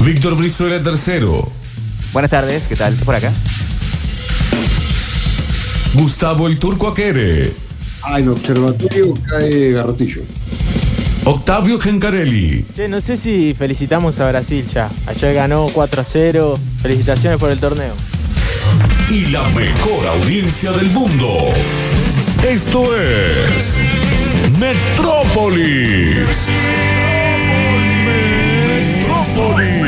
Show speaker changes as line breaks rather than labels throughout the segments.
Víctor Brizuela tercero.
Buenas tardes, ¿qué tal? ¿Por acá?
Gustavo el Turco Aquere.
Ah, en observatorio cae Garrotillo.
Octavio Gencarelli.
Che, no sé si felicitamos a Brasil ya. Ayer ganó 4 a 0. Felicitaciones por el torneo.
Y la mejor audiencia del mundo. Esto es Metrópolis. Metrópolis.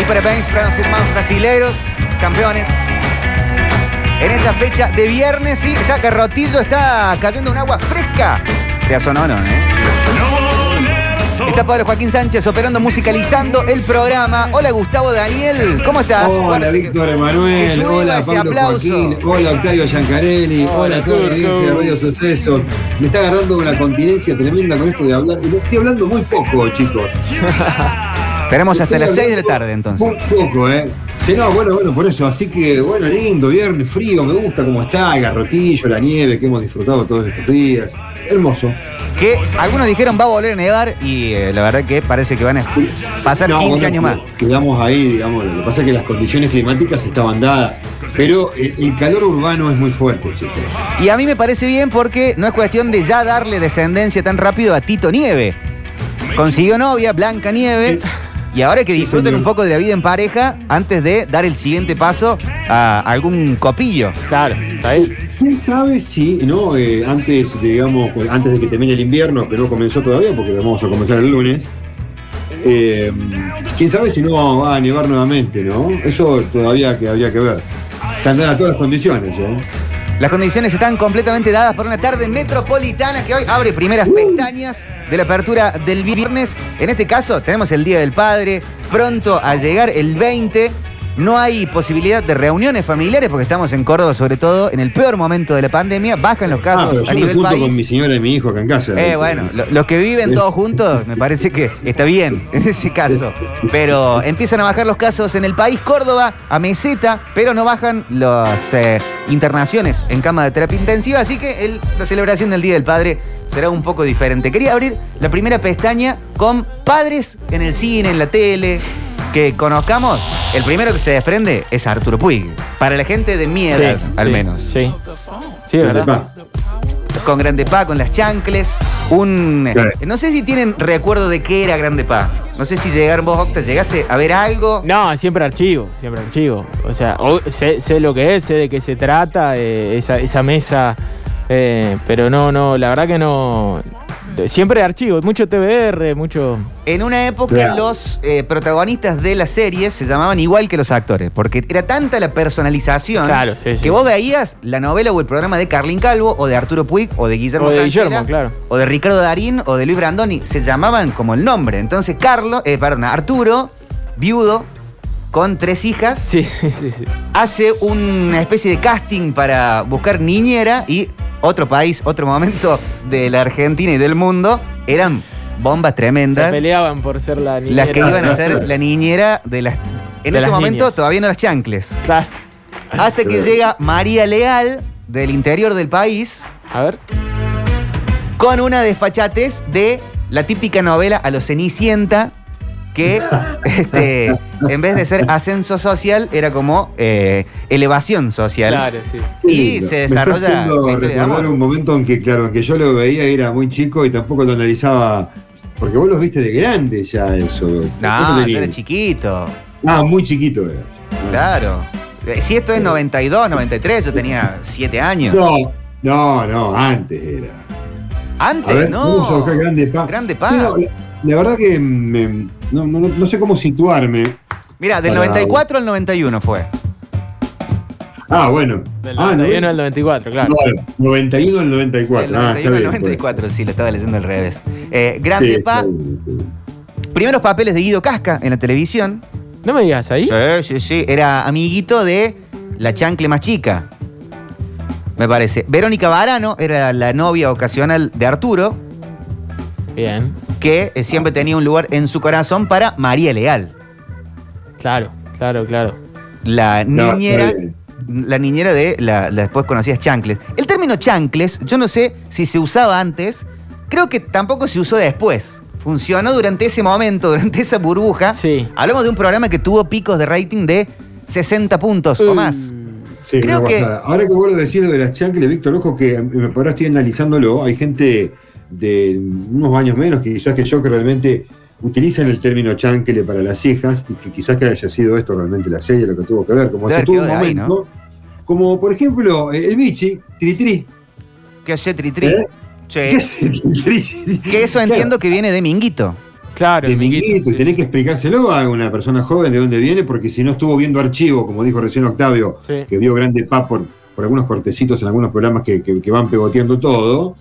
Y parabéns para los hermanos brasileños, campeones. En esta fecha de viernes, sí, está Garrotillo, está cayendo un agua fresca. Te asonó, ¿no? ¿eh? Está Padre Joaquín Sánchez operando, musicalizando el programa. Hola Gustavo Daniel, ¿cómo estás?
Hola,
Fuerte,
Víctor
que- que
Emanuel.
llueva
Hola,
ese
Pablo
aplauso.
Joaquín. Hola, Octavio Giancarelli. Hola, a toda la audiencia de Radio Sucesos. Me está agarrando una continencia tremenda con esto de hablar. Y Estoy hablando muy poco, chicos.
Tenemos hasta
Estoy
las 6 de la
hablando
tarde entonces.
Muy poco, ¿eh? Sí, no, bueno, bueno, por eso. Así que, bueno, lindo, viernes frío, me gusta cómo está, el garrotillo, la nieve que hemos disfrutado todos estos días. Hermoso.
Que algunos dijeron va a volver a nevar y eh, la verdad que parece que van a pasar
No,
15
bueno,
años más.
Quedamos ahí, digamos. Lo que pasa es que las condiciones climáticas estaban dadas. Pero el, el calor urbano es muy fuerte, chicos.
Y a mí me parece bien porque no es cuestión de ya darle descendencia tan rápido a Tito Nieve. Consiguió novia, Blanca Nieve. Y ahora que
Sí,
disfruten
señor.
un poco de la vida en pareja antes de dar el siguiente paso a algún copillo.
Claro, está bien.
¿Quién sabe si, no, eh, antes, digamos, pues, antes de que termine el invierno, que no comenzó todavía, porque vamos a comenzar el lunes, eh, quién sabe si no va a nevar nuevamente, ¿no? Eso todavía que habría que ver. Están dadas todas las condiciones, ¿eh?
Las condiciones están completamente dadas para una tarde metropolitana que hoy abre primeras
Uh.
pestañas de la apertura del viernes. En este caso tenemos el Día del Padre, pronto a llegar el 20. No hay posibilidad de reuniones familiares porque estamos en Córdoba, sobre todo en el peor momento de la pandemia. Bajan los
Ah,
casos
pero yo
a
me
nivel
junto con mi
país.
señora y mi hijo acá en casa.
Eh,
¿viste?
bueno, lo- los que viven todos juntos me parece que está bien en ese caso. Pero empiezan a bajar los casos en el país, Córdoba, a meseta, pero no bajan las eh, internaciones en cama de terapia intensiva, así que el- la celebración del Día del Padre será un poco diferente. Quería abrir la primera pestaña con padres en el cine, en la tele, que conozcamos. El primero que se desprende es Arturo Puig, para la gente de mi edad,
Sí,
al
sí,
menos
Sí. Sí, es
Desde
verdad.
acá.
con Grande Pa, con las chancles. Un.
Sí.
No sé si tienen recuerdo de qué era Grande Pa. No sé si llegaron vos, Octa, llegaste a ver algo.
No, siempre archivo, siempre archivo. O sea, o- sé, sé lo que es, sé de qué se trata, eh, esa, esa mesa. eh, pero no, no, la verdad que no. de- Siempre archivo, mucho TBR, mucho.
En una época
Claro.
los eh, protagonistas de las series se llamaban igual que los actores, porque era tanta la personalización
Claro, sí, sí.
que vos veías la novela o el programa de Carlin Calvo o de Arturo Puig o de Guillermo
O de
Franchella,
Guillermo, claro.
o de Ricardo Darín o de Luis Brandoni, se llamaban como el nombre. Entonces Carlos, eh, perdón, Arturo, viudo, con tres hijas,
Sí, sí, sí. sí.
hace una especie de casting para buscar niñera y otro país, otro momento de la Argentina y del mundo eran bombas
Se
tremendas.
peleaban por ser la niñera.
Las que iban a ser la niñera de las. En
De
ese
las
momento
niñas.
todavía no las chancles.
Claro.
Hasta que llega María Leal del interior del país
A ver.
con una desfachatez de la típica novela a los Cenicienta que este, en vez de ser ascenso social era como eh, elevación social.
Claro, sí.
Y
Lindo.
se
Me está
desarrolla
haciendo
la historia de
recordar
amor.
un momento en que, claro, en que yo lo veía y era muy chico y tampoco lo analizaba. Porque vos los viste de grande ya eso. ¿Cuánto
No, yo
tenías?
era chiquito,
Ah, muy chiquito eras. Ah.
claro. Eh, Si esto es 92, 93, yo tenía 7 años.
No, no, no, antes era. A
Antes,
ver, vamos a
no.
buscar Grande Pa.
Grande Pa.
Sí, no, la, la verdad que mm, no, no- no sé cómo situarme.
Mira, del
Pará,
94 al 91 fue.
Ah, bueno.
Del
ah,
91 al 94, claro.
Bueno, 91 al 94.
Del
ah, está
91 al
bien, pues.
94, sí, lo estaba leyendo al revés. Eh,
Sí,
Grande
está
Pa,
bien, está bien.
primeros papeles de Guido Casca en la televisión.
No me digas ahí.
Sí, sí, sí. Era amiguito de la chancle más chica. Me parece. Verónica Barano era la novia ocasional de Arturo,
Bien.
que eh, siempre tenía un lugar en su corazón para María Leal.
Claro, claro, claro.
La
No,
niñera.
está bien.
La niñera de la, la después conocías chancles. El término chancles, yo no sé si se usaba antes, creo que tampoco se usó después. funcionó durante ese momento, durante esa burbuja.
Sí.
Hablamos de un programa que tuvo picos de rating de 60 puntos
Mm.
o más.
Sí,
Creo
una
que-
guasada. Ahora que vuelvo a decir lo de las chanclas, Víctor, ojo que eh, me- ahora estoy analizándolo. Hay gente de unos años menos, quizás que yo, que realmente utilizan el término chancle para las cejas y que quizás que haya sido esto realmente la serie lo que tuvo que ver. Como
Debe
se
haber
tuvo un
quedado de ahí,
momento. Como por ejemplo eh, el bichi, Tritri.
Que oye, tri, tri.
¿Eh?
Che.
¿Qué es el Tritri?
Que eso
Claro,
entiendo que viene de Minguito.
Claro,
de
el minguito,
Minguito, y
sí.
tenés que explicárselo a una persona joven de dónde viene, porque si no estuvo viendo archivo, como dijo recién Octavio,
Sí.
que vio grande paz por, por algunos cortecitos en algunos programas que, que- que van pegoteando todo,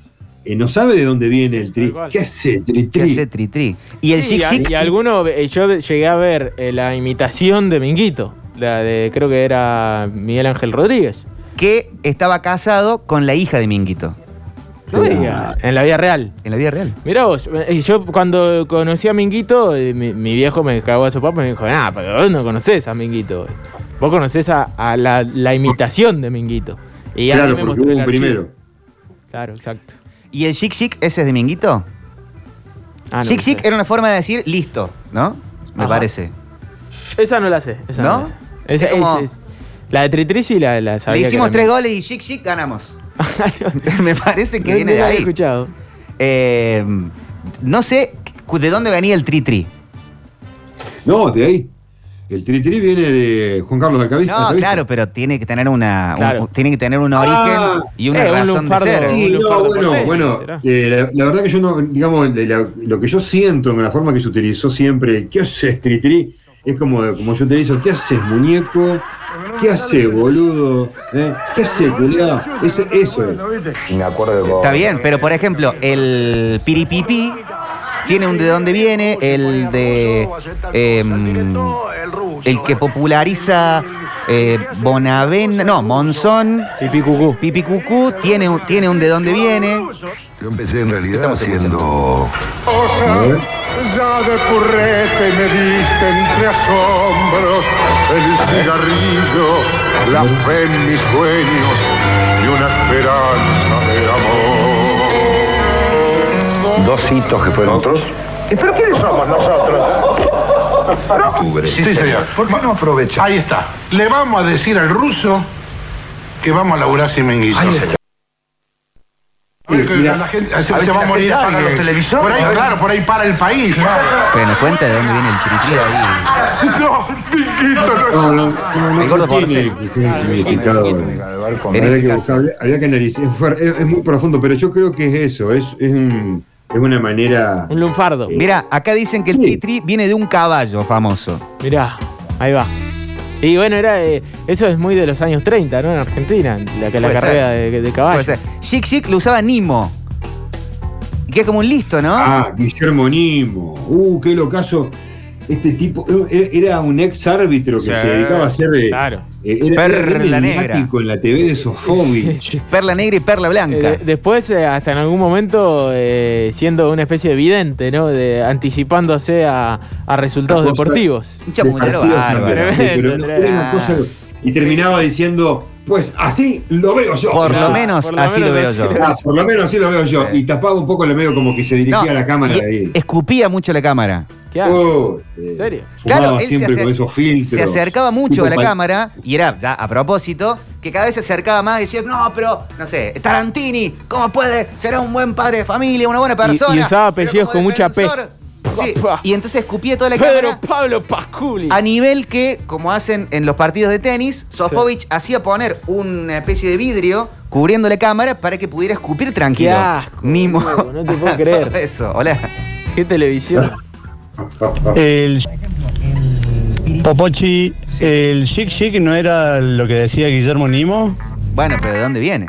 eh, no sabe de dónde viene el tri.
Tal cual.
¿Qué hace tri
Que
tri?
hace tri, tri. Y el
Sí,
chic
y a-
chic.
Y alguno, eh, yo llegué a ver eh, la imitación de Minguito, la de creo que era Miguel Ángel Rodríguez.
que estaba casado con la hija de Minguito.
No me diga, Ah, en la vida real.
En la vida real.
Mirá vos, eh, yo cuando conocí a Minguito, eh, mi, mi viejo me cagó a su papá y me dijo, ah, pero vos no conocés a Minguito. eh. Vos conocés a, a la, la imitación de Minguito. Y ya
Claro,
me
porque
mostró
hubo
el
un
archivo.
primero.
Claro, exacto.
¿Y el chic chic ese es de Minguito?
Ah, no,
chic
no
chic
sé.
era una forma de decir listo, ¿no? Me
Ajá.
parece.
Esa no la sé. Esa
¿No?
¿No? la sé. Esa-
Es como-
es- es- la de Tritris y la, la
Le
sabía que
hicimos
era
tres
Minguito.
goles y chic chic ganamos.
no,
Me parece que
no
viene de
la había
ahí.
escuchado.
Eh, no sé cu- de dónde venía el tri tri.
No, de ahí. El tri tri viene de Juan Carlos Alcavista.
No,
Alcavista.
claro, pero tiene que tener una un-
Claro.
tiene que tener un origen
Ah,
y una
eh, un
razón de
lunfardo.
ser.
Sí.
Sí,
Un
no,
lunfardo
bueno,
porteño,
bueno,
será.
eh, la, la verdad que yo no, digamos, de la- lo que yo siento con la forma que se utilizó siempre, ¿qué haces, Tritri? Es como, como yo te digo, ¿qué haces, muñeco? ¿Qué haces, boludo? ¿Eh? ¿Qué haces, culiado? Ese- Eso es. ¿eh?
Me acuerdo con...
Está bien, pero por ejemplo, el piripipi tiene un de dónde viene, el de em, el que populariza eh, Bonavena, no, Monzón,
Y Picucú.
Pipi Cucú, tiene, un- tiene un de dónde viene.
Yo empecé en realidad haciendo...
A ver.
Ya de currete me diste entre asombros el cigarrillo, la fe en mis sueños y una esperanza de amor.
dos hitos que fueron otros.
¿Pero quiénes somos nosotros?
Sí, señor.
¿Por qué no aprovechar?
Ahí está. Le vamos a decir al ruso que vamos a laburar sin menguillo.
Sí, mira,
la gente,
a
se
ver si
va a
la
morir
gente para
alguien.
los televisores.
Por ahí, claro, por ahí para el país.
Pero nos cuenta de dónde viene el tri ahí.
No, Minguito, no.
No, no, no, no,
El gordo
no tiene
Porcel.
que ser un significado.
En
Habría
ese
que
caso.
buscar- habría que analizar. Es, es muy profundo, pero yo creo que es eso. Es, es, un- es una manera.
Un lunfardo.
Mira, acá dicen que el tri tri viene de un caballo famoso.
Mirá, ahí va. Y bueno, era eh, eso es muy de los años 30, ¿no? En Argentina, la, que la
Puede
carrera de, de caballo.
Puede ser. Chic Chic lo usaba Nimo. Que es como un listo, ¿no?
Ah, Guillermo Nimo. Uh, qué locazo. Este tipo eh, era un ex árbitro que
Sí.
se dedicaba a ser. eh,
Claro.
eh, Era, era
Perla
re
negra.
emblemático en la TV de Sofobi.
Perla negra y perla
Eh,
blanca.
de- después, eh, hasta en algún momento, eh, siendo una especie de vidente, ¿no? De, anticipándose a, a resultados
Una cosa-
deportivos.
Un chamullero
Partido
bárbaro.
campeonato, pero no, era una cosa- Y terminaba diciendo: Pues así lo veo yo.
Por
Ah,
lo menos
por lo
así lo
menos
veo
así
yo.
lo
Ah, por lo menos así lo veo yo. Y tapaba un poco la medio como que se dirigía
No,
a la cámara
y
de ahí.
Escupía mucho la cámara.
¿Qué hace?
Oh, eh,
¿En serio?
fumaba
Claro, él se
siempre
acer-
con esos filtros.
Se acercaba mucho
Tipo
a la
pa-
cámara y era ya a propósito que cada vez se acercaba más y decía, no, pero, no sé, Tarantini, ¿cómo puede? Será un buen padre de familia, una buena persona.
y usaba
pero
apellidos
como
con mucha P.
defensor". Sí,
Pa, pa.
y entonces escupía toda la cámara.
Pedro Pablo Pasculi.
A nivel que, como hacen en los partidos de tenis, Sofovich hacía poner una especie de vidrio cubriendo la cámara para que pudiera escupir tranquilo.
Qué asco,
Nimo.
boludo, no te puedo creer.
Todo Eso, hola.
¿Qué televisión?
El Popochi,
Sí.
el chic chic no era lo que decía Guillermo Nimo.
Bueno, pero ¿de dónde viene?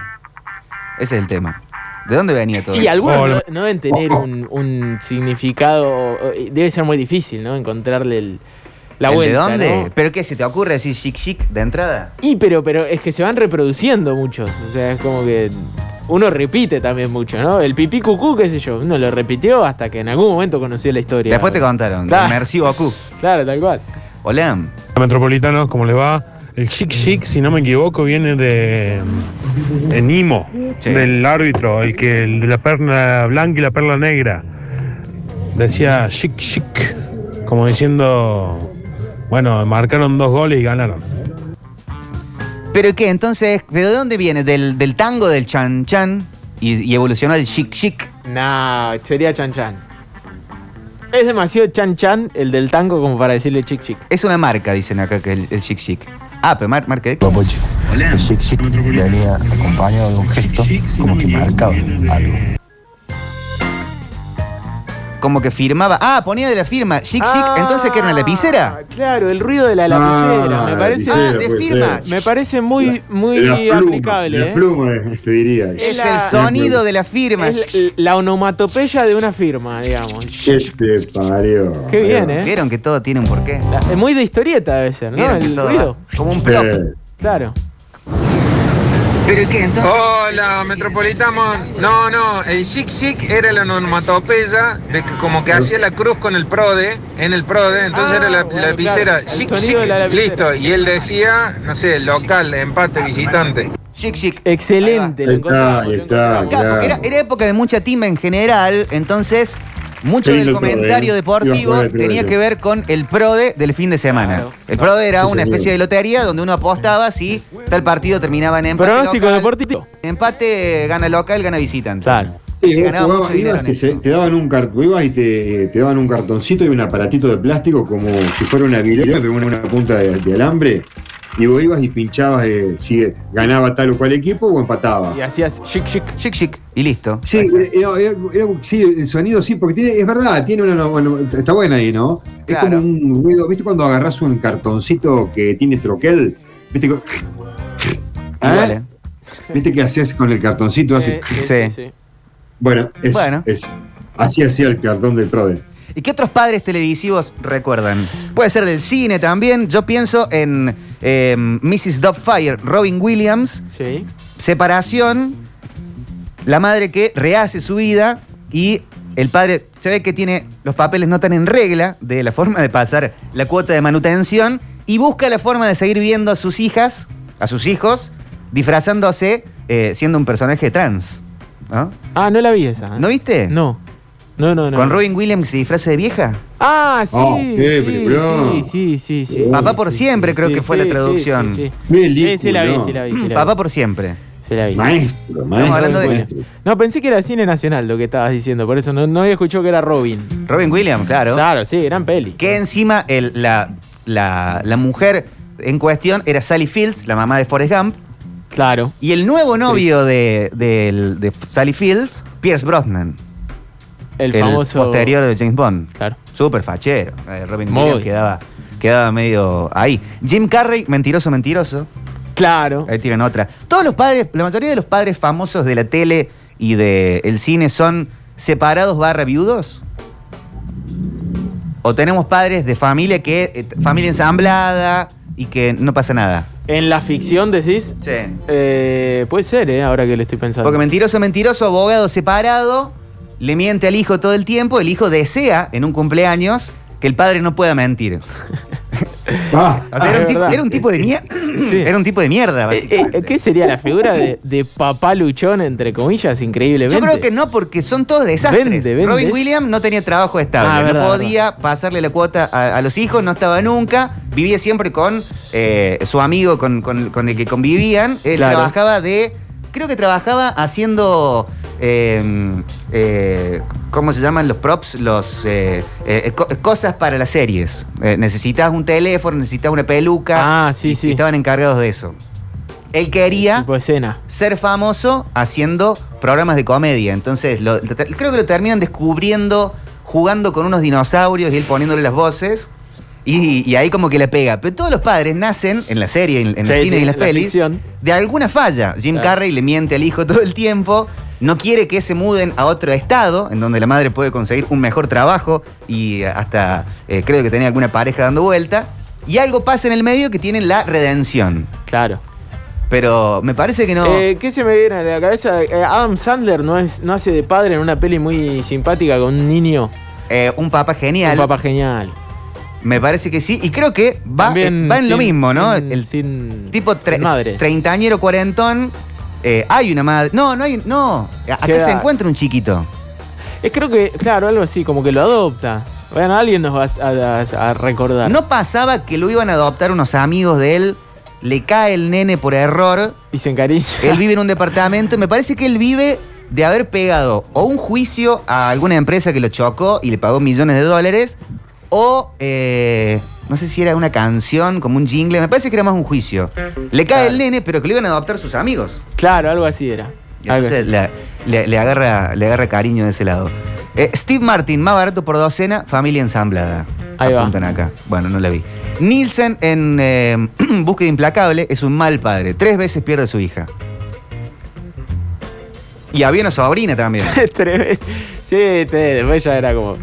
Ese es el tema. ¿De dónde venía todo
Y
eso?
algunos no, no deben tener un, un significado. eh, Debe ser muy difícil, ¿no? Encontrarle el- la
¿El
vuelta.
¿De dónde?
¿no?
¿Pero qué se te ocurre decir chic chic de entrada?
Y pero, pero es que se van reproduciendo muchos. O sea, es como que uno repite también mucho, ¿no? El pipí cucú, qué sé yo, uno lo repitió hasta que en algún momento conoció la historia.
Después te contaron.
Claro.
Merci beaucoup.
Claro, tal cual.
Hola.
Metropolitanos, ¿cómo les va? El chic chic, si no me equivoco, viene de, de Nimo,
Sí.
del árbitro, el que el de la perla blanca y la perla negra. decía chic chic, como diciendo, bueno, marcaron dos goles y ganaron.
¿Pero qué? Entonces, ¿pero de dónde viene? ¿Del, del tango del chan chan? Y, y evolucionó al chic chic.
No, sería Chan Chan. Es demasiado Chan Chan el del tango como para decirle chic chic.
Es una marca, dicen acá, que el, el chic chic. Ah, pero mar- marca de...
Papoche. El chic chic venía acompañado de un gesto como que marcaba algo.
Como que firmaba. Ah, ponía de la firma. Chic
Ah,
chic. Entonces, ¿qué era una lapicera? Ah,
Claro, el ruido de la lapicera. me parece,
lapicera.
lapicero,
Ah, de
puede
firma.
ser.
me parece muy, muy
De las plumas, de
aplicable. ¿eh?
Las plumas, te diría.
Es
Es
la-
el sonido de la firma.
Es la, la onomatopeya de una firma, digamos.
¿Qué te parió?
Qué bien, ¿eh?
Vieron que todo tiene un porqué.
La- es muy de historieta debe ser, ¿no?
Vieron que
El
todo
ruido.
va como un plop.
Eh,
Claro.
¿Pero qué? Entonces,
Hola, Metropolitamos. No, no, el chic chic era la onomatopeya de que como que hacía la cruz con el prode, en el prode, entonces
Ah,
era la,
bueno,
lapicera.
claro, el
chic
sonido
chic,
de la lapicera.
listo. Y él decía, no sé, local, empate, visitante.
chic chic.
Excelente.
Ahí está,
lo encontramos,
ahí
lo
está,
encontramos.
Acá, porque era, era época de mucha timba en general, entonces mucho
Qué
del
lindo prode,
comentario
¿eh? Iba
deportivo
a jugar al prode
tenía
yo.
que ver con el PRODE del fin de semana.
Claro.
El PRODE era
Sí,
una
señor.
especie de lotería donde uno apostaba si tal partido terminaba en empate.
Pronóstico
local,
deportivo.
Empate, gana local, gana visitante.
Claro.
Sí,
Se
vos
ganaba
jugabas,
mucho dinero
ibas
en
y
eso.
se- te daban un cartón, ibas y te, te daban un cartoncito y un aparatito de plástico como si fuera una virera de una, una punta de, de alambre. Y vos ibas y pinchabas eh, si ganaba tal o cual equipo o empataba.
Y hacías chic chic.
Chic chic. Y listo.
Sí, era- era- era- sí, el sonido sí, porque tiene, es verdad, tiene una. bueno, está buena ahí, ¿no?
Claro.
Es como un ruido. ¿Viste cuando agarras un cartoncito que tiene troquel? ¿Viste, que-
Igual,
¿Eh?
¿eh?
¿Viste que hacías con el cartoncito? Así.
Eh, sí,
Sí.
sí, sí.
Bueno, eso,
Bueno.
eso. Así hacía el cartón del Prode.
¿Y qué otros padres televisivos recuerdan? Puede ser del cine también. Yo pienso en eh, Mrs. Doubtfire, Robin Williams.
Sí.
separación, la madre que rehace su vida y el padre se ve que tiene los papeles no tan en regla de la forma de pasar la cuota de manutención y busca la forma de seguir viendo a sus hijas, a sus hijos, disfrazándose eh, siendo un personaje trans. ¿No?
Ah, no la vi esa.
¿No viste?
No. No, no, no.
Con Robin Williams que se disfraza de vieja.
Ah, sí.
Oh, qué
sí,
peliculón.
sí, sí, sí.
Papá por
Sí,
siempre,
sí,
creo
sí,
que fue la
sí, sí,
traducción.
Sí, sí.
Película.
Sí, sí la vi, sí la vi. sí la vi.
Papá por siempre.
Sí la vi.
Maestro,
Estamos
maestro.
hablando de-
maestro.
No, pensé que era cine nacional lo que estabas diciendo, por eso no, no había escuchado que era Robin.
Robin Williams, claro.
Claro, sí, gran peli.
Que encima el- la, la- la mujer en cuestión era Sally Fields, la mamá de Forrest Gump.
Claro.
Y el nuevo novio de, del- de Sally Fields, Pierce Brosnan,
El,
el,
famoso.
posterior de James Bond.
Claro.
Súper fachero. Eh, Robin
Muy.
Williams quedaba, quedaba medio ahí. Jim Carrey, mentiroso, mentiroso.
Claro.
Ahí tienen otra. Todos los padres, la mayoría de los padres famosos de la tele y del cine son separados barra viudos. O tenemos padres de familia que. eh, familia ensamblada y que no pasa nada.
En la ficción decís.
Sí.
eh, puede ser, ¿eh? Ahora que lo estoy pensando.
Porque mentiroso, mentiroso, abogado separado, le miente al hijo todo el tiempo, el hijo desea en un cumpleaños que el padre no pueda mentir.
Ah,
O sea,
Ah,
era, un
es
tipo,
verdad.
era un tipo de mierda.
Sí.
Era un tipo de mierda.
Eh, eh,
básicamente.
¿Qué sería la figura de, de papá luchón, entre comillas, increíblemente?
Yo creo que no, porque son todos desastres.
Vende, vende.
Robin Williams no tenía trabajo estable,
Ah,
no
verdad,
podía pasarle la cuota a, a los hijos, no estaba nunca, vivía siempre con eh, su amigo con, con- con el que convivían. Él
Claro.
trabajaba de. Creo que trabajaba haciendo. eh, eh, ¿Cómo se llaman los props? Los eh, eh, co- cosas para las series. Eh, necesitas un teléfono, necesitas una peluca.
Ah, sí,
y- y
sí.
estaban encargados de eso. Él quería
Tipo escena.
ser famoso haciendo programas de comedia. Entonces, lo- lo ter- creo que lo terminan descubriendo jugando con unos dinosaurios y él poniéndole las voces. Y, y ahí como que le pega. Pero todos los padres nacen en la serie, en, en el cine
Sí, sí,
y en las
la
pelis,
ficción.
de alguna falla. Jim
Claro.
Carrey le miente al hijo todo el tiempo. No quiere que se muden a otro estado, en donde la madre puede conseguir un mejor trabajo y hasta eh, creo que tenía alguna pareja dando vuelta. Y algo pasa en el medio que tienen la redención.
Claro.
Pero me parece que no...
Eh, ¿Qué se me viene a la cabeza? Eh, Adam Sandler no, es, no hace de padre en una peli muy simpática con un niño.
Eh, un papá genial.
Un papá genial.
Me parece que sí. Y creo que va,
También
eh, va en lo
sin-
mismo, ¿no?
sin-
el
sin-
tipo tre-
sin madre.
treintañero, cuarentón. eh, hay una madre. No, no hay. No. Acá
Queda-
se encuentra un chiquito.
Es creo que, claro, algo así, como que lo adopta. Bueno, alguien nos va a, a- a recordar.
¿No pasaba que lo iban a adoptar unos amigos de él? Le cae el nene por error.
Y se encariña.
Él vive en un departamento. Me parece que él vive de haber pegado o un juicio a alguna empresa que lo chocó y le pagó millones de dólares. O eh, no sé si era una canción, como un jingle. Me parece que era más un juicio. Le cae el nene, pero que lo iban a adoptar sus amigos.
Claro, algo así era.
Y Entonces le, le- le agarra, le agarra cariño de ese lado. Eh, Steve Martin, más barato por docena, familia ensamblada.
Ahí va.
Apuntan acá. Bueno, no la vi. Nielsen en eh, Búsqueda Implacable es un mal padre. Tres veces pierde a su hija. Y había una sobrina también.
Tres veces. Sí, sí, después ya era como.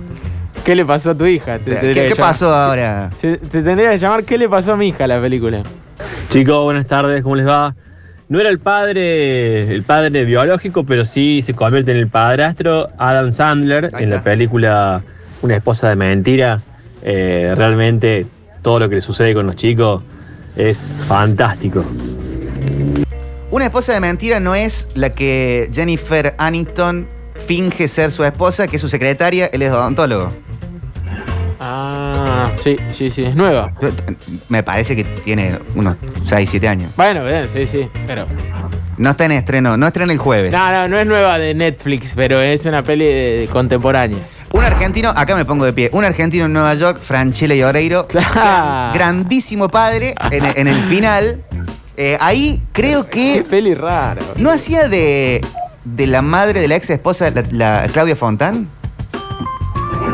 ¿Qué le pasó a tu hija? Te
¿Qué-
tendría que
qué
llamar-
pasó ahora?
Se- te tendría que llamar ¿Qué le pasó a mi hija la película?
Chicos, buenas tardes, ¿cómo les va? No era el padre, el padre biológico, pero sí se convierte en el padrastro Adam Sandler en la película Una esposa de mentira. Eh, realmente todo lo que le sucede con los chicos es fantástico.
Una esposa de mentira no es la que Jennifer Aniston finge ser su esposa, que es su secretaria, él es odontólogo.
Ah, sí, sí, sí, es nueva.
Me parece que tiene unos 6, 7 años.
Bueno, bien, sí, sí, pero.
No está en estreno, no estrena el jueves.
No, no, no es nueva de Netflix, pero es una peli de- de contemporánea.
Un argentino, acá me pongo de pie, un argentino en Nueva York, Franchella y Oreiro, gran- grandísimo padre en, en el final. Eh, ahí creo que... Qué
peli rara.
¿No hacía de, de la madre de la ex esposa, la, la Claudia Fontán?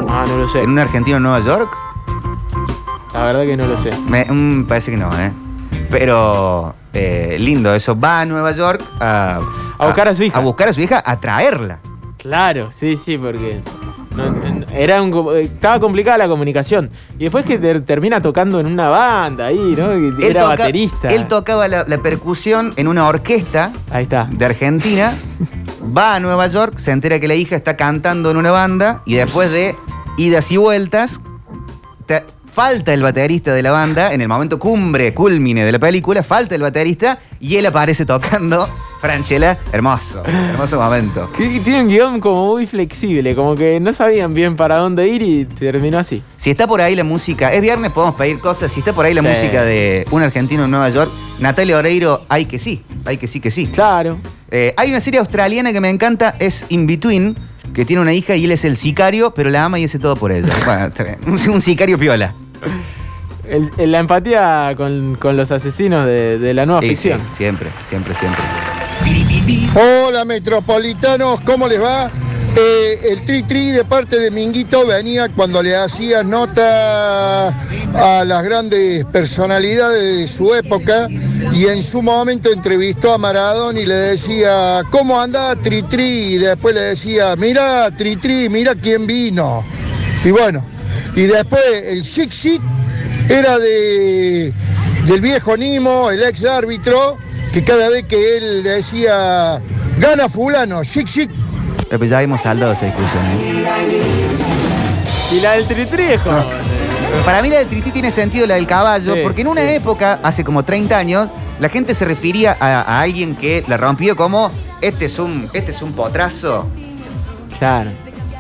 Ah, no lo sé.
¿En un argentino en Nueva York?
La verdad que no lo sé.
Me mm, parece que no, ¿eh? Pero eh, lindo eso, va a Nueva York a,
A buscar a su hija.
A buscar a su hija, a traerla.
Claro, sí, sí, porque no- no- era un co- eh, estaba complicada la comunicación. Y después que ter- termina tocando en una banda ahí, ¿no? Que Era
toca-
baterista.
Él tocaba la, la percusión en una orquesta
Ahí está.
de Argentina. va a Nueva York, se entera que la hija está cantando en una banda y después de idas y vueltas, te- falta el baterista de la banda en el momento cumbre, culmine de la película, falta el baterista y él aparece tocando. Franchella, hermoso, hermoso momento.
Que tiene un guión como muy flexible, como que no sabían bien para dónde ir y terminó así.
Si está por ahí la música, es viernes, podemos pedir cosas. Si está por ahí la
Sí.
música de un argentino en Nueva York, Natalia Oreiro, hay que sí, hay que sí, que sí.
Claro.
Eh, hay una serie australiana que me encanta, es In Between, que tiene una hija y él es el sicario, pero la ama y hace todo por ella. Bueno, está bien. Un, un sicario piola.
El- el- la empatía con, con los asesinos de, de la nueva
Sí, sí,
ficción.
siempre, siempre, siempre.
Hola metropolitanos, ¿cómo les va? Eh, el tri tri de parte de Minguito venía cuando le hacía nota a las grandes personalidades de su época y en su momento entrevistó a Maradona y le decía, ¿cómo anda tri tri? Y después le decía, mira tri tri, mira quién vino. Y bueno, y después el chic chic era de, del viejo Nimo, el ex árbitro, que cada vez que él decía, gana fulano, chic chic.
Eh, pues ya hemos saldado esa discusión. ¿eh?
Y la del tritriejo.
Ah. Para mí la del trití tiene sentido la del caballo, porque en una época, hace como 30 años, la gente se refería a, a alguien que la rompió como este es un, este es un potrazo.
Claro.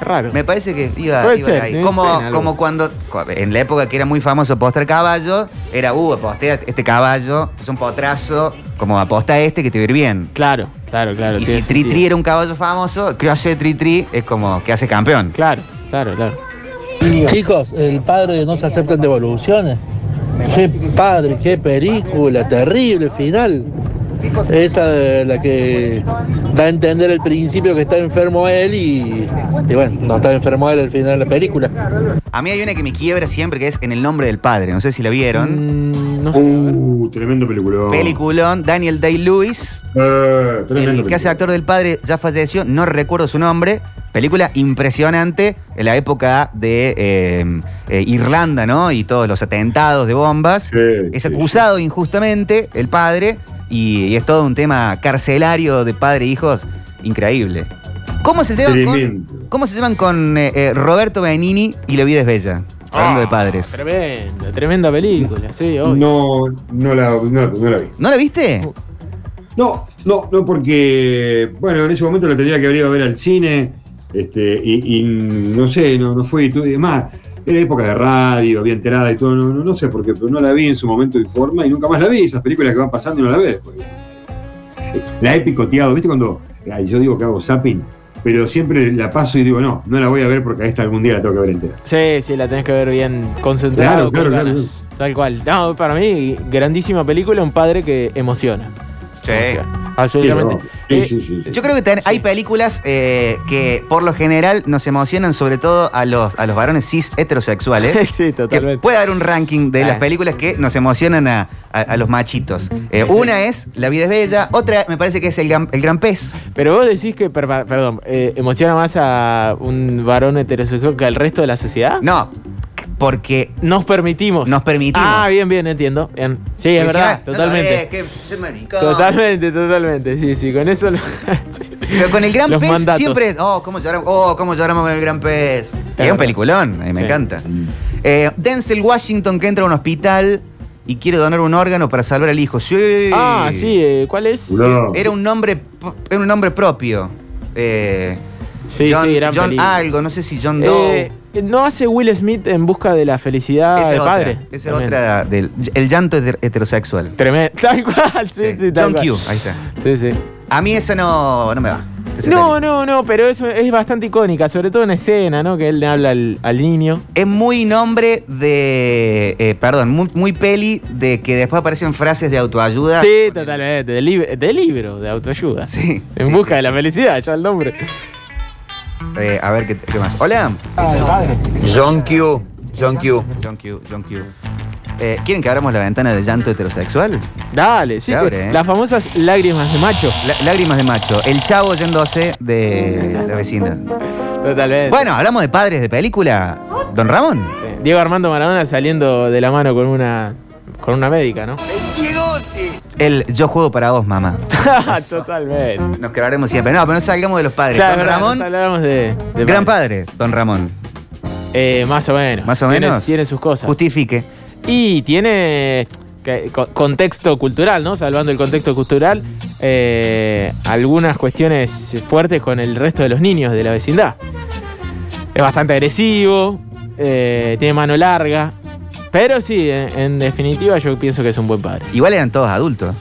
Raro.
Me parece que iba,
Puede
iba
ser,
ahí.
tiene-
Como,
tiene algo.
como cuando, cu- en la época que era muy famoso postar caballo, era, uh, postea este caballo, este es un potrazo, como aposta este que te va a ir bien.
Claro, claro, claro.
Y si
tiene
Tritri
sentido.
era un caballo famoso, Criolle Tritri es como que hace campeón.
Claro, claro, claro.
Chicos, el padre no se aceptan devoluciones. Qué padre, qué película, terrible final. Esa de la que da a entender al principio que está enfermo él y, y bueno, no está enfermo él al final de la película.
A mí hay una que me quiebra siempre, que es En el nombre del padre. No sé si la
Mm.
vieron.
Uh, tremendo peliculón.
Peliculón, Daniel Day-Lewis.
Eh, tremendo
El que hace
película.
actor del padre ya falleció, no recuerdo su nombre. Película impresionante en la época de eh, eh, Irlanda, ¿no? Y todos los atentados de bombas. es acusado injustamente el padre y, y es todo un tema carcelario de padre e hijos increíble. ¿Cómo se llevan con,
Tremendo.
¿cómo se llevan con eh, eh, Roberto Benini y La vida es bella? Hablando de padres.
Tremenda, tremenda película, sí, obvio.
No, no la, no, no la vi.
¿No la viste?
No, no, no, porque, bueno, en ese momento la tendría que haber ido a ver al cine. Este, y, y no sé, no, no fui. Tuve, más, era época de radio, había enterada y todo, no, no, no sé por qué, pero no la vi en su momento de forma y nunca más la vi. Esas películas que van pasando y no la ves. pues. La he picoteado, ¿viste? Cuando ay, yo digo que hago zapping, pero siempre la paso y digo, no, no la voy a ver porque a esta algún día la tengo que ver entera.
Sí, sí, la tenés que ver bien concentrado,
Claro, claro,
con
claro,
ganas, tal cual. No, para mí, grandísima película, un padre que emociona.
Sí.
Emociona, Absolutamente.
Sí,
Eh,
sí, sí, sí.
Yo creo que ten- hay películas eh, que por lo general nos emocionan sobre todo a los, a los varones cis heterosexuales.
Sí, totalmente.
Que puede haber un ranking de las
Ah.
películas que nos emocionan a, a- a los machitos. Eh, una es La vida es bella, otra me parece que es El, Gran- El gran pez.
Pero vos decís que, per- perdón, eh, emociona más a un varón heterosexual que al resto de la sociedad.
No, porque
Nos permitimos.
nos permitimos.
Ah, bien, bien, entiendo. Bien. Sí,
Decía,
es verdad,
"No,
totalmente.
eh, que soy maricón".
Totalmente, totalmente. Sí, sí, con eso. lo-
Pero con el gran
Los
pez
mandatos.
siempre. Oh, cómo lloramos. Oh, cómo lloramos con el gran pez. Es
verdad.
un peliculón, eh, me
Sí.
encanta. Eh, Denzel Washington que entra a un hospital y quiere donar un órgano para salvar al hijo. Sí.
ah, sí, eh, ¿cuál es?
No.
Era un nombre, po- era un nombre propio. Eh,
Sí,
John,
sí, gran
John
película.
algo, no sé si John Doe.
Eh, no hace Will Smith en busca de la felicidad
Esa
de
es otra.
padre.
Esa es
También.
otra del- el llanto heter- heterosexual.
Tremendo. Tal cual, sí, sí, tal
John
cual.
Q, ahí está.
Sí, sí.
A mí esa no, no me va. Esa
No, no, no, pero eso es bastante icónica, sobre todo en escena, ¿no? Que él le habla al, al niño.
Es muy nombre de. eh, perdón, muy, muy peli de que después aparecen frases de autoayuda.
Sí, totalmente, de, lib- de libro, de autoayuda.
Ah, Sí.
En busca de la felicidad, ya el nombre.
Eh, a ver qué, qué más. Hola.
John Q. John Q.
John Q, John Q. Eh, ¿Quieren que abramos la ventana de llanto heterosexual?
Dale, sí.
Se
que-
abre, ¿eh?
Las famosas lágrimas de macho.
Lá- lágrimas de macho. El chavo yéndose de la vecina.
Totalmente.
Bueno, hablamos de padres de película. ¿Don Ramón?
Sí. Diego Armando Maradona saliendo de la mano con una con una médica, ¿no?
El yo juego para vos, mamá.
Totalmente.
Nos quedaremos siempre. No, pero no salgamos de los padres.
Claro,
don
verdad,
Ramón,
nos hablamos de, de
gran padre, don Ramón.
Eh, más o menos.
Más o
Tiene-
menos.
Tiene sus cosas.
Justifique.
Y tiene que- co- contexto cultural, ¿no? Salvando el contexto cultural, eh, algunas cuestiones fuertes con el resto de los niños de la vecindad. Es bastante agresivo, eh, tiene mano larga, pero sí, en, en definitiva yo pienso que es un buen padre.
Igual eran todos adultos.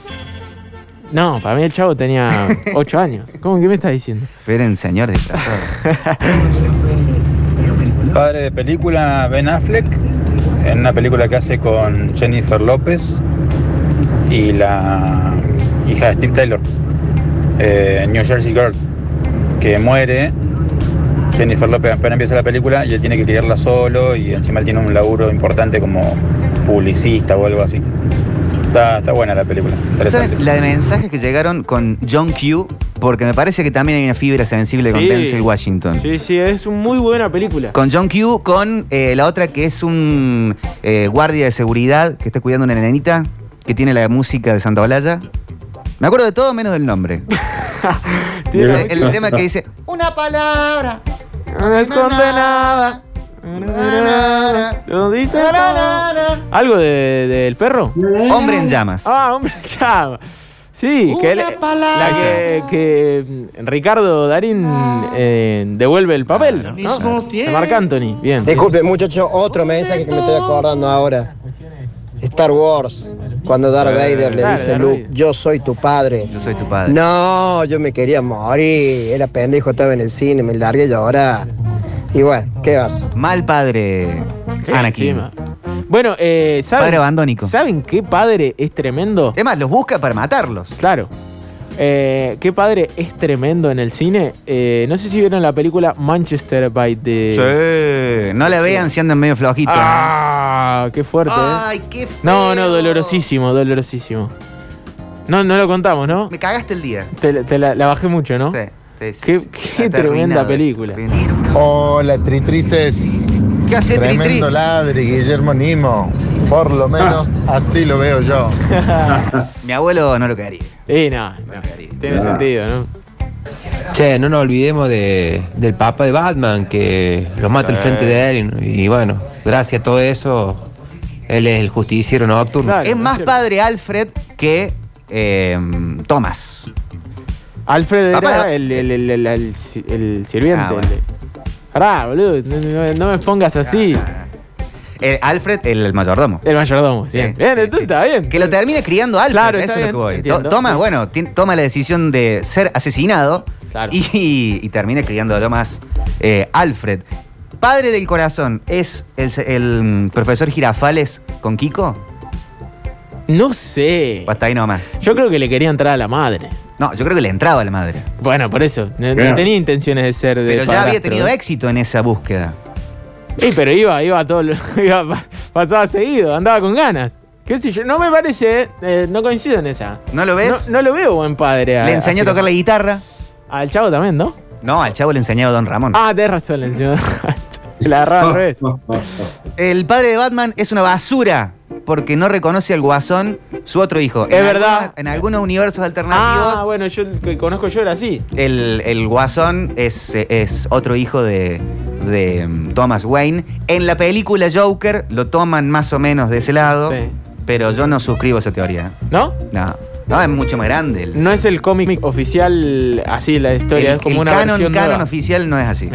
No, para mí el chavo tenía 8 años. ¿Cómo que me estás diciendo?
Pero eran señores disfrazados.
Padre de película Ben Affleck, en una película que hace con Jennifer López y la hija de Steve Taylor, eh, New Jersey Girl, que muere. Jennifer López apenas empieza la película y él tiene que criarla solo y encima él tiene un laburo importante como publicista o algo así. Está, está buena la película.
¿Saben
interesante.
la de mensajes que llegaron con John Q? Porque me parece que también hay una fibra sensible con
Sí.
Denzel Washington.
Sí, sí, es una muy buena película.
Con John Q, con eh, la otra que es un eh, guardia de seguridad que está cuidando una nenita que tiene la música de Santa Olalla. Me acuerdo de todo menos del nombre. el,
Tiene-
el tema que dice, una palabra.
No es condenada. Lo dice todo. ¿Algo del de, del perro?
Hombre en llamas.
Ah, hombre, chava. Sí, que le- la que, que, mm, Ricardo Darín eh, devuelve el papel, ¿no? De Marc Anthony, bien.
Disculpe, muchacho, otro mensaje que me estoy acordando ahora. Star Wars, cuando Darth
Eh,
Vader le
dale,
dice a
Darth
Luke,
Vader.
yo soy tu padre.
Yo soy tu padre.
No, yo me quería morir, era pendejo, estaba en el cine, me largué a llorar. Y bueno, ¿qué vas?
Mal padre.
Sí,
Anakin.
encima. Bueno, eh, ¿saben,
Padre Eh. abandónico.
¿saben qué padre es tremendo?
Es más, los busca para matarlos.
Claro. Eh, ¿Qué padre es tremendo en el cine? Eh, no sé si vieron la película Manchester by the...
Sí. No la vean si andan medio flojitos. ¿eh?
Ah, qué fuerte. ¿eh?
Ay, qué feo.
No, no, dolorosísimo, dolorosísimo. No, no lo contamos, ¿no?
Me cagaste el día.
Te, te la, la bajé mucho, ¿no?
Sí, sí, sí,
Qué,
sí.
qué
Está
tremenda
arruinado,
película.
Hola, Tritrices.
¿Qué hace Tritri?
Tremendo ladre, Guillermo Nimo. Por lo menos así lo veo yo.
Mi abuelo no lo quedaría.
Y no, no, tiene
Ah.
sentido, ¿no?
Che, no nos olvidemos de, del papá de Batman, que lo mata el
Sí.
frente de él. Y bueno, gracias a todo eso, él es el justiciero nocturno.
es más padre Alfred que eh, em, Thomas.
Alfred
Papá,
era el, el- el- el- el si- el sirviente.
Ah, bueno. Ah,
el de- Pará, boludo, no, no- no me pongas así.
Eh, Alfred, el, el mayordomo.
El mayordomo, sí. bien, entonces está bien.
Que lo termine criando Alfred,
Claro,
a eso
está
es lo que
bien,
voy. To-
entiendo.
Toma,
Sí.
bueno, ti- toma la decisión de ser asesinado
Claro.
y, y termina criándolo más eh, Alfred. Padre del corazón, ¿es el, se- el, mm, profesor Girafales con Kiko?
No sé.
¿O hasta ahí nomás?
Yo creo que le quería entrar a la madre.
No, yo creo que le entraba a la madre.
Bueno, por eso. No, no
Claro.
tenía intenciones de ser de.
Pero ya había
padrastro. ¿eh?
tenido éxito en esa búsqueda.
Sí, pero iba, iba todo. lo- iba pa- pasaba seguido, andaba con ganas. ¿Qué sé yo? No me parece. eh, no coincido en esa.
¿No lo ves?
No, no lo veo buen padre.
Le enseñó a tocar la Mm. guitarra.
Al chavo también, ¿no?
No, al chavo le enseñaba Don Ramón.
Ah, tenés razón, le enseñó. la
Ah,
agarraba al
Oh,
revés.
El padre de Batman es una basura porque no reconoce al guasón, su otro hijo.
Es
En
verdad.
alguna- en algunos universos alternativos,
Ah, bueno, yo el que conozco yo era así.
el, el guasón es, eh, es otro hijo de, de, mm, Thomas Wayne. En la película Joker lo toman más o menos de ese lado,
Sí.
pero yo no suscribo esa teoría.
¿No?
No, no es mucho más grande. El,
No es el cómic oficial así la historia,
el-
es como
el
una
canon,
versión
canon
nueva.
oficial no es así.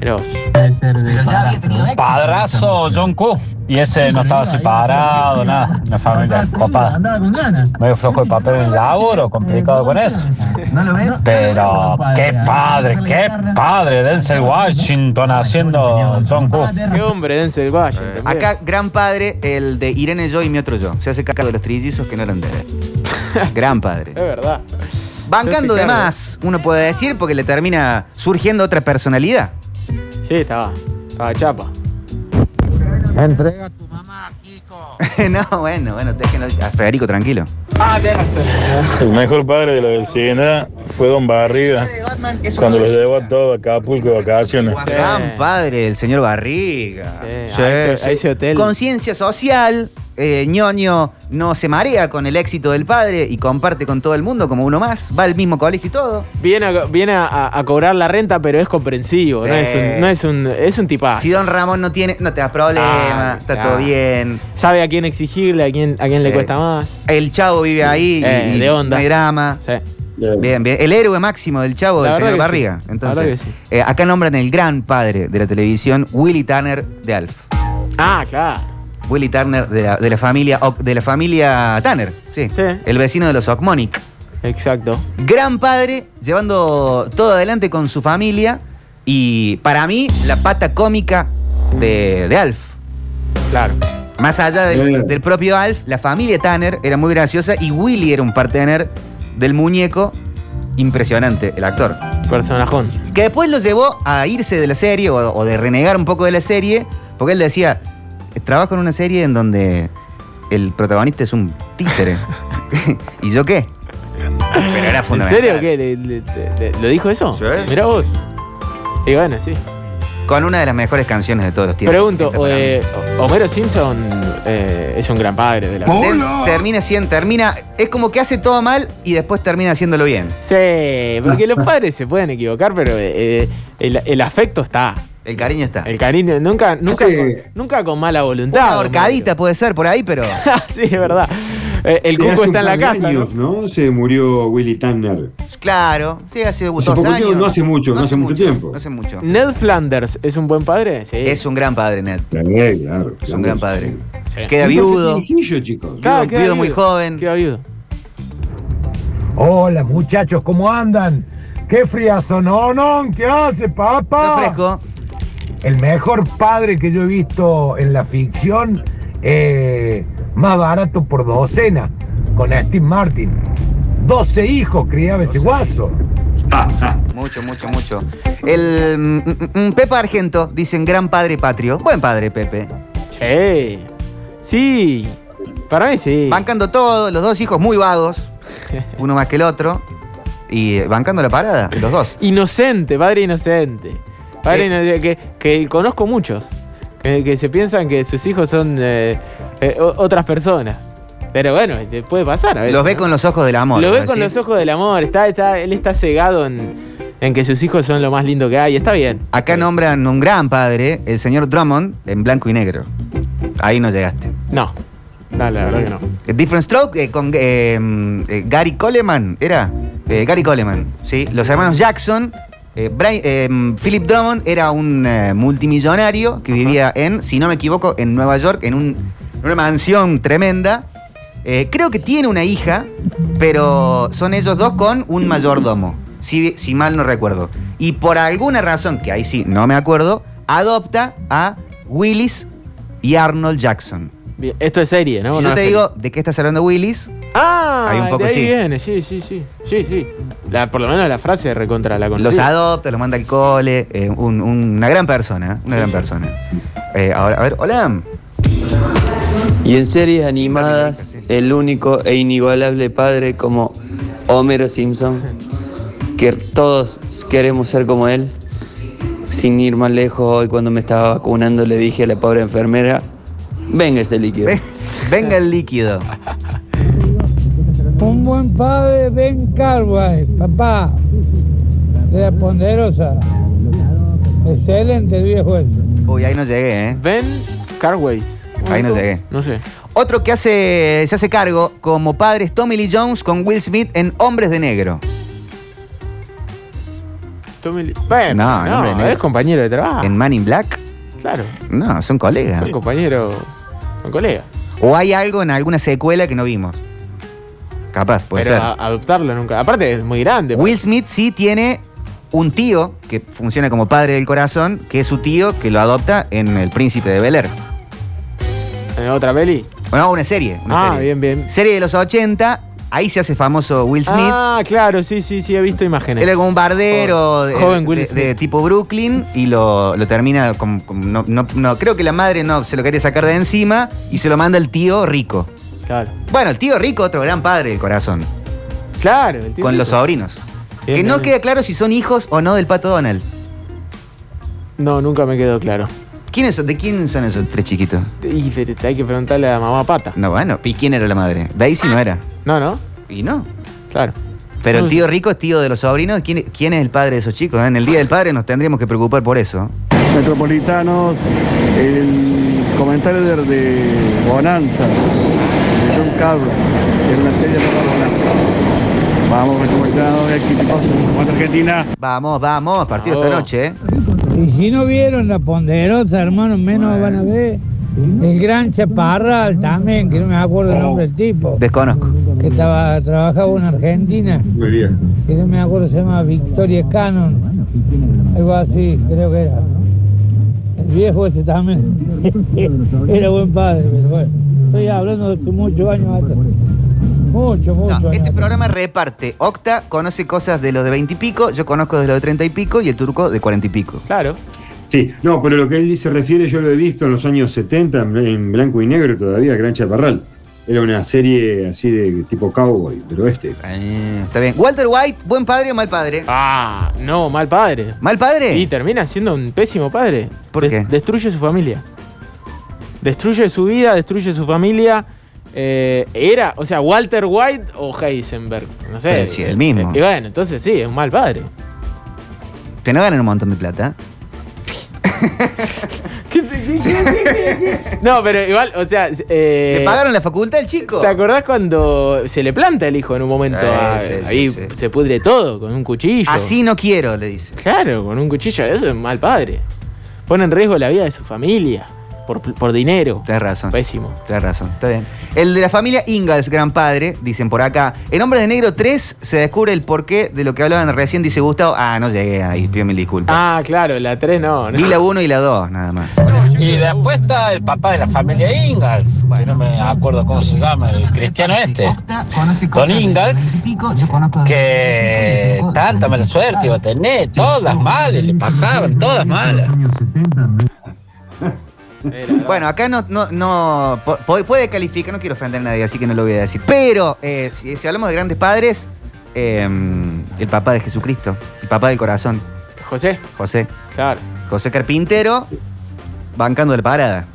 Padrazo John Q. Y ese no estaba separado, nada. Una familia copada. Medio flojo de papel en el laburo, complicado con eso. Pero qué padre, qué padre. Denzel Washington haciendo John Q.
Qué hombre, Denzel Washington. bien.
Eh, Acá, gran padre, el de Irene Yo y mi otro yo. Se hace caca de los trillizos que no eran de él. gran padre.
Es verdad.
Bancando
Entonces,
de
Eh, claro.
más, uno puede decir, porque le termina surgiendo otra personalidad.
Sí, estaba. Estaba chapa.
Entrega tu mamá, Kiko. no, bueno, bueno, déjenlo. A Federico, tranquilo.
El mejor padre de la vecindad fue Don Barriga, cuando los llevó a todos a Acapulco de vacaciones.
Gran padre, el señor Barriga.
a ese- a ese hotel.
Conciencia social. eh, ñoño no se marea con el éxito del padre y comparte con todo el mundo como uno más. Va al mismo colegio y todo.
Viene, a, viene a- a, a cobrar la renta, pero es comprensivo. No,
Sí.
es un, no es un, es un tipazo.
Si Don Ramón no tiene, no te das problema,
Ah,
está
claro.
todo bien.
Sabe a quién exigirle, a quién, a quién le
Eh,
cuesta más.
El chavo vive ahí
Eh,
y, y
de onda.
no hay drama.
Sí.
Bien, bien. El héroe máximo del chavo,
La
del
verdad
señor
que
Barriga.
sí. La verdad que
Entonces,
sí.
eh, acá nombran el gran padre de la televisión, Willy Tanner de Alf.
Ah, claro.
Willy Turner de la, de la familia Oc- de la familia Tanner, sí.
Sí.
El vecino de los Ockmonic.
Exacto.
Gran padre, llevando todo adelante con su familia. Y para mí, la pata cómica de, de Alf.
Claro.
Más allá
Claro.
del, del propio Alf, la familia Tanner era muy graciosa y Willy era un partener del muñeco impresionante, el actor.
Personajón.
Que después lo llevó a irse de la serie o, o de renegar un poco de la serie, porque él decía, trabajo en una serie en donde el protagonista es un títere. ¿Y yo qué? Pero era
¿En
fundamental.
serio qué? ¿Le, le- le- le- lo dijo eso?
Sí.
Mirá vos. Y bueno, sí.
Con una de las mejores canciones de todos los tiempos.
Pregunto,
Para mí.
eh, Homero Simpson eh, es un gran padre de la
De- termina siendo, termina, es como que hace todo mal y después termina haciéndolo bien.
Sí, porque los padres se pueden equivocar, pero eh, el, el afecto está.
El cariño está.
El cariño, nunca, nunca,
Sí.
con, nunca con mala voluntad.
Una horcadita puede ser por ahí, pero.
Homero. sí, es verdad. Eh,
Sí,
el cuco
hace
está
un
en la
par de
casa. ¿no?
Años, ¿no? Se murió Willy Tanner.
Claro, sí, hace
Hace
dos
poco
años.
tiempo, no hace mucho, no hace mucho tiempo.
No hace mucho.
Ned Flanders, ¿es un buen padre? Sí.
Es un gran padre, Ned.
También, claro.
Es un gran padre.
Sí.
Queda viudo.
Perfectilijillo, chicos.
Claro, viudo muy joven.
Queda viudo.
Hola muchachos, ¿cómo andan? Qué friazo, no, no, ¿qué hace, papá?
fresco.
El mejor padre que yo he visto en la ficción, eh, más barato por docena, con Steve Martin. 12 hijos criaba ese guaso.
Mucho, mucho, mucho. El mm, mm, mm, Pepe Argento, dicen gran padre patrio. Buen padre, Pepe.
Sí. Sí. Para mí sí.
Bancando todo, los dos hijos muy vagos, uno más que el otro. Y eh, bancando la parada, los dos.
Inocente, padre inocente. Padre
Eh.
inocente, que, que conozco muchos. Que, que se piensan que sus hijos son eh, eh, o- otras personas. Pero bueno, te puede pasar a veces.
Los ve
¿no?
con los ojos del amor.
Lo ve
¿no?
con
Así
los
es.
ojos del amor. Está, está, él está cegado en, en que sus hijos son lo más lindo que hay. Está bien.
Acá nombran un gran padre, el señor Drummond, en blanco y negro. Ahí no llegaste.
No. No, la verdad que no.
Different Stroke eh, con eh, mm, eh, Gary eh, Coleman, ¿era? eh, Gary Coleman, ¿sí? Los hermanos Jackson. eh, Bri- eh, Philip Drummond era un eh, multimillonario que vivía en, si no me equivoco, en Nueva York, en, un- en una mansión tremenda. Eh, creo que tiene una hija, pero son ellos dos con un mayordomo, si, si mal no recuerdo. Y por alguna razón, que ahí sí no me acuerdo, adopta a Willis y Arnold Jackson.
Bien, Esto es serie, ¿no?
si
No
yo
es
te
película.
digo de qué estás hablando Willis,
Ah,
Hay un poco
de ahí
sí.
viene, sí, sí, sí. Sí, sí. La, por lo menos la frase recontra la conocí.
los adopta, los manda al cole, eh, un- un- una gran persona, una gran persona. Eh, ahora, a ver, hola.
Y en series animadas, el único e inigualable padre como Homero Simpson, que todos queremos ser como él. Sin ir más lejos, hoy cuando me estaba vacunando le dije a la pobre enfermera, venga ese líquido.
Venga el líquido.
Un buen padre, Ben Carway, papá, de la Ponderosa. Excelente viejo ese.
Uy, ahí no llegué, ¿eh?
Ben Carway.
Ahí no llegué.
No sé.
Otro que hace, se hace cargo como padre es Tommy Lee Jones con Will Smith en Hombres de Negro.
Tommy Lee- Bueno,
No,
no,
no, hombre, no.
es compañero de trabajo.
¿En Man in Black?
Claro.
No, son colegas.
Son compañero. Son colega.
¿O hay algo en alguna secuela que no vimos? Capaz, puede
pero ah,
ser.
a- adoptarlo nunca. Aparte es muy grande.
Will Smith sí tiene un tío que funciona como padre del corazón, que es su tío que lo adopta en El Príncipe de Bel Air.
pues, ¿En otra peli?
No, una serie. una
Ah,
serie.
bien, bien.
Serie de los 80, ahí se hace famoso Will Smith.
Ah, claro, sí, sí, sí, he visto imágenes.
Él era como un bardero de,
Joven Will
de-
Smith.
de tipo Brooklyn y lo, lo termina con, con- no, no- no, creo que la madre no se lo quiere sacar de encima y se lo manda el tío rico.
Claro.
Bueno, el tío rico, otro gran padre del corazón.
Claro, el tío
Con los
rico.
sobrinos.
Bien,
que no
bien, bien.
queda claro si son hijos o no del pato Donald.
No, nunca me quedó claro.
¿Quiénes son- ¿De quién son esos tres chiquitos?
Y te- te hay que preguntarle a mamá pata.
No, bueno, ¿y quién era la madre? Daisy no era.
No, no.
Y no.
Claro.
Pero el tío rico es tío de los sobrinos. ¿Quién, quién es el padre de esos chicos? eh? En el día del padre nos tendríamos que preocupar por eso.
Metropolitanos, el comentario de, de Bonanza, de John Cabra, que era una serie llamada Bonanza. Vamos, Metropolitanos, equipazo, Cuatro Argentina.
Vamos, vamos, partido
Oh.
esta noche, ¿eh?
Y si no vieron la Ponderosa, hermano, menos van a ver. El gran Chaparral también, que no me acuerdo el nombre del tipo,
Desconozco.
que estaba, trabajaba en Argentina.
Muy bien.
que no me acuerdo, se llama Victoria Cannon, algo así, creo que era. El viejo ese también, era buen padre, pero bueno, estoy hablando de muchos años atrás. Mucho, mucho.
No, este programa reparte. Octa conoce cosas de los de 20 y pico, yo conozco de los de 30 y pico y el turco de 40 y pico.
Claro.
Sí, no, pero lo que él se refiere yo lo he visto en los años 70, en bl- en blanco y negro todavía, Gran Chaparral. Era una serie así de tipo cowboy este, del oeste.
está bien. Walter White, buen padre o mal padre.
Ah, no, mal padre.
¿Mal padre?
Y termina siendo un pésimo padre.
¿Por qué?
Destruye su familia. Destruye su vida, destruye su familia. Eh, era, o sea, Walter White o Heisenberg. No sé. Eh,
Pero si es el mismo.
Y bueno, entonces sí, es un mal padre.
Que no ganan un montón de plata.
No, pero igual, o sea. Eh,
¿Le pagaron la facultad al chico?
¿Te acordás cuando se le planta el hijo en un momento?
Sí,
Ah,
sí, sí,
ahí
sí.
se pudre todo con un cuchillo.
Así no quiero, le dice.
Claro, con un cuchillo. Eso es mal padre. Pone en riesgo la vida de su familia. Por, por dinero.
Tienes razón.
Pésimo.
Tienes razón, está bien. El de la familia Ingalls, gran padre, dicen por acá. En Hombres de Negro 3 se descubre el porqué de lo que hablaban recién, dice Gustavo. Ah, no llegué ahí, pido mil disculpas.
Ah, claro, la 3 no. no.
Vi la 1 y la 2, nada más.
Y después está el papá de la familia Ingalls, que no me acuerdo cómo se llama, el cristiano este. Don Ingalls, que tanta mala suerte iba a tener, todas malas, le pasaban, todas malas.
Bueno, acá no, no, no po- po- puede calificar, no quiero ofender a nadie, así que no lo voy a decir. Pero eh, si, si hablamos de grandes padres, eh, el papá de Jesucristo, el papá del corazón,
José,
José.
claro.
José Carpintero, bancando la parada.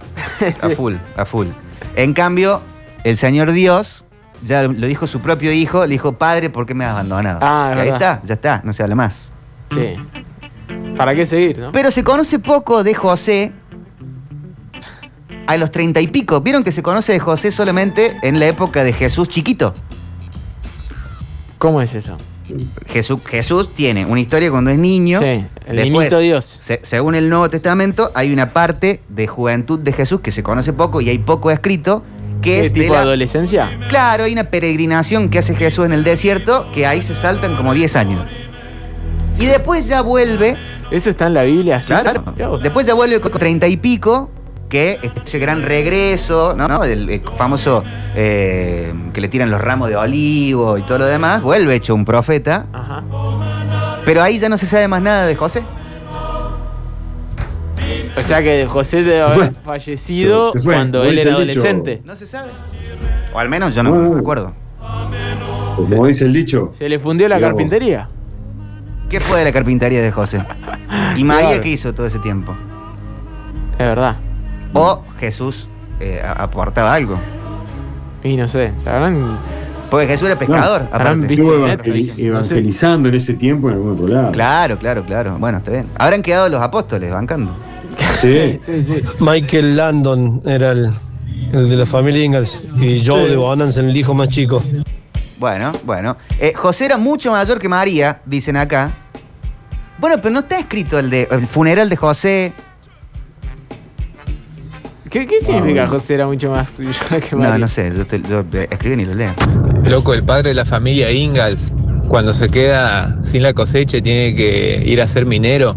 A full, a full. En cambio, el Señor Dios, ya lo dijo su propio hijo, le dijo, padre, ¿por qué me has abandonado?
Ah, es
Y ahí
verdad.
está, ya está, no se habla más.
Sí. ¿Para qué seguir, no?
Pero se conoce poco de José a los treinta y pico. Vieron que se conoce de José solamente en la época de Jesús chiquito.
¿Cómo es eso?
Jesús, Jesús tiene una historia cuando es niño.
Sí, el niñito Dios.
se- según el Nuevo Testamento, hay una parte de juventud de Jesús que se conoce poco y hay poco escrito, que es de
tipo
la-
adolescencia?
Claro, hay una peregrinación que hace Jesús en el desierto, que ahí se saltan como 10 años. Y después ya vuelve.
Eso está en la Biblia, ¿sí?
Claro. Después ya vuelve con 30 y pico, que es ese gran regreso, ¿no? ¿No? El, el famoso eh, que le tiran los ramos de olivo y todo lo demás. Vuelve hecho un profeta.
Ajá.
Pero ahí ya no se sabe más nada de José.
O sea que José debe haber
Bueno,
fallecido
se fue,
cuando
como
él
dice
era
el dicho.
adolescente.
No se sabe. O al menos yo no, me acuerdo.
Como dice el dicho.
Se le fundió la
Mirá vos.
carpintería.
¿Qué fue de la carpintería de José? ¿Y María
Claro.
qué hizo todo ese tiempo?
Es verdad.
¿O Jesús eh, a- aportaba algo?
Y no sé, la verdad.
Porque Jesús era pescador,
No,
aparte.
Estuvo evangeli- evangelizando en ese tiempo en algún otro lado.
Claro, claro, claro. Bueno, está bien. Habrán quedado los apóstoles bancando.
Sí.
Michael Landon era el, el de la familia Ingalls y Joe de Bonanza, el hijo más chico.
Bueno, bueno. Eh, José era mucho mayor que María, dicen acá. Bueno, pero no está escrito el de el funeral de José.
¿Qué, qué significa José era mucho más suyo que
Ah, No,
María?
no sé, yo, estoy- yo, eh, escribí ni lo leo.
Loco, el padre de la familia Ingalls, cuando se queda sin la cosecha y tiene que ir a ser minero,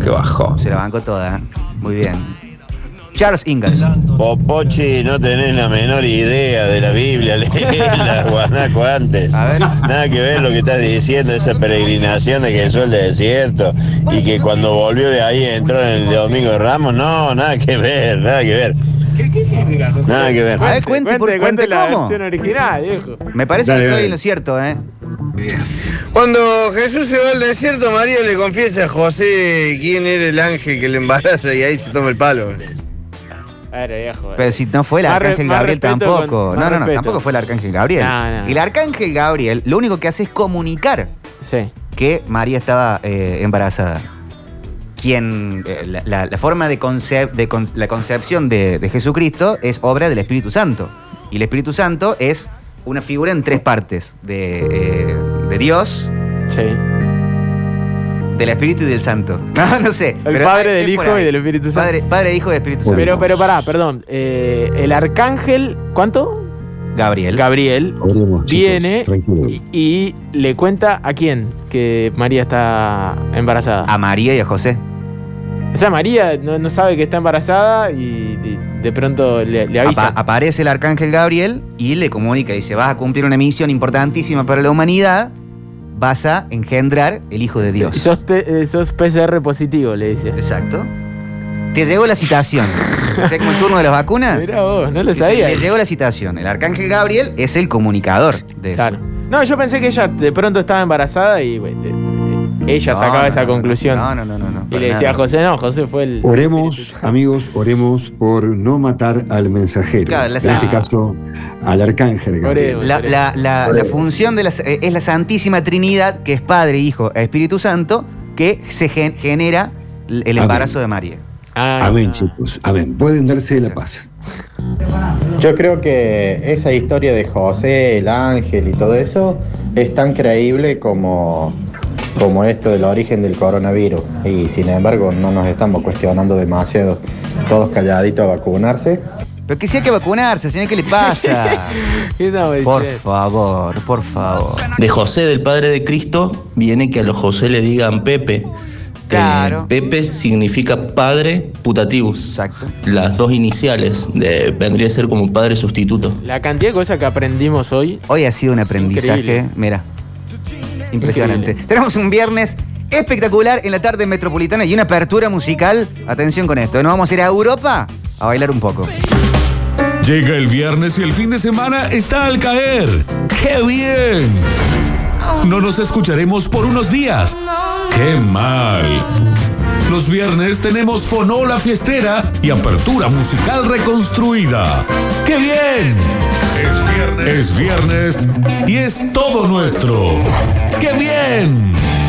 que bajó.
Se la bancó toda. Muy bien. Charles Ingalls.
Popochi, no tenés la menor idea de la Biblia, la guanaco antes. Nada que ver lo que estás diciendo, esa peregrinación de Jesús al desierto y que cuando volvió de ahí entró en el de Domingo de Ramos. No, nada que ver, nada que ver.
¿Qué significa José?
Nada que ver. A ver, cuente, por- cuente
la
cómo.
versión original, viejo.
Me parece
Dale,
que estoy
dale.
en lo cierto, ¿eh?
Cuando Jesús se va al desierto, María le confiesa a José quién era el ángel que le embaraza y ahí se toma el palo.
Claro, viejo.
Pero si no fue el
Más re-
arcángel
más
Gabriel
respeto
tampoco.
con- más
no, no, no,
respeto.
tampoco fue el arcángel Gabriel.
No, no.
El arcángel Gabriel lo único que hace es comunicar
Sí.
que María estaba eh, embarazada. Quien, eh, la, la- la forma de, concep- de con- la concepción de, de Jesucristo es obra del Espíritu Santo. Y el Espíritu Santo es una figura en tres partes: de, eh, de Dios, del Espíritu y del Santo. No, no sé.
El
pero
Padre
es-
del
es por
Hijo
ahí.
y del Espíritu Santo.
Padre, padre, Hijo y Espíritu Santo.
Pero, pero pará, perdón. eh, el arcángel, ¿cuánto?
Gabriel.
Gabriel viene y le cuenta a quién que María está embarazada.
A María y a José.
Esa María no, no sabe que está embarazada y, y de pronto le, le avisa.
Apa- aparece el arcángel Gabriel y le comunica, dice, vas a cumplir una misión importantísima para la humanidad, vas a engendrar el Hijo de Dios.
Sos, te- eh, sos PCR positivo, le dice.
Exacto. Te llegó la citación. ¿Es como el turno de las vacunas?
Mirá vos, no lo
Dice,
sabía.
Te llegó la citación. El arcángel Gabriel es el comunicador de eso.
Claro. No, yo pensé que ella de pronto estaba embarazada y bueno, te- eh, ella
No,
sacaba
no,
esa
no, no,
conclusión.
No, no, no, no. no,
y
para
le decía
nada.
a José, no, José fue el...
Oremos, amigos, oremos por no matar al mensajero.
Claro, la
en este
santa.
caso, al arcángel. Gabriel.
La, la- la- la función de la, eh, es la Santísima Trinidad, que es Padre, Hijo e Espíritu Santo, que se gen- genera el el embarazo de María.
Ah,
Amén, chicos. Amén. Pueden darse la paz.
Yo creo que esa historia de José, el ángel y todo eso es tan creíble como, como esto del origen del coronavirus. Y sin embargo no nos estamos cuestionando demasiado. Todos calladitos a vacunarse.
Pero que si hay que vacunarse, señor, ¿qué le pasa? Por favor, por favor.
De José, del padre de Cristo, viene que a los José le digan Pepe.
Eh, Claro.
Pepe significa padre putativus.
Exacto.
Las dos iniciales. de- vendría a ser como padre sustituto.
La cantidad de cosas que aprendimos hoy.
Hoy ha sido un aprendizaje,
Increíble.
mira, impresionante. Tenemos un viernes espectacular en la tarde metropolitana y una apertura musical. Atención con esto, nos vamos a ir a Europa a bailar un poco.
Llega el viernes y el fin de semana está al caer. ¡Qué bien! No nos escucharemos por unos días. ¡Qué mal! Los viernes tenemos Fonola Fiestera y Apertura Musical Reconstruida. ¡Qué bien! Es viernes. Es viernes y es todo nuestro. ¡Qué bien!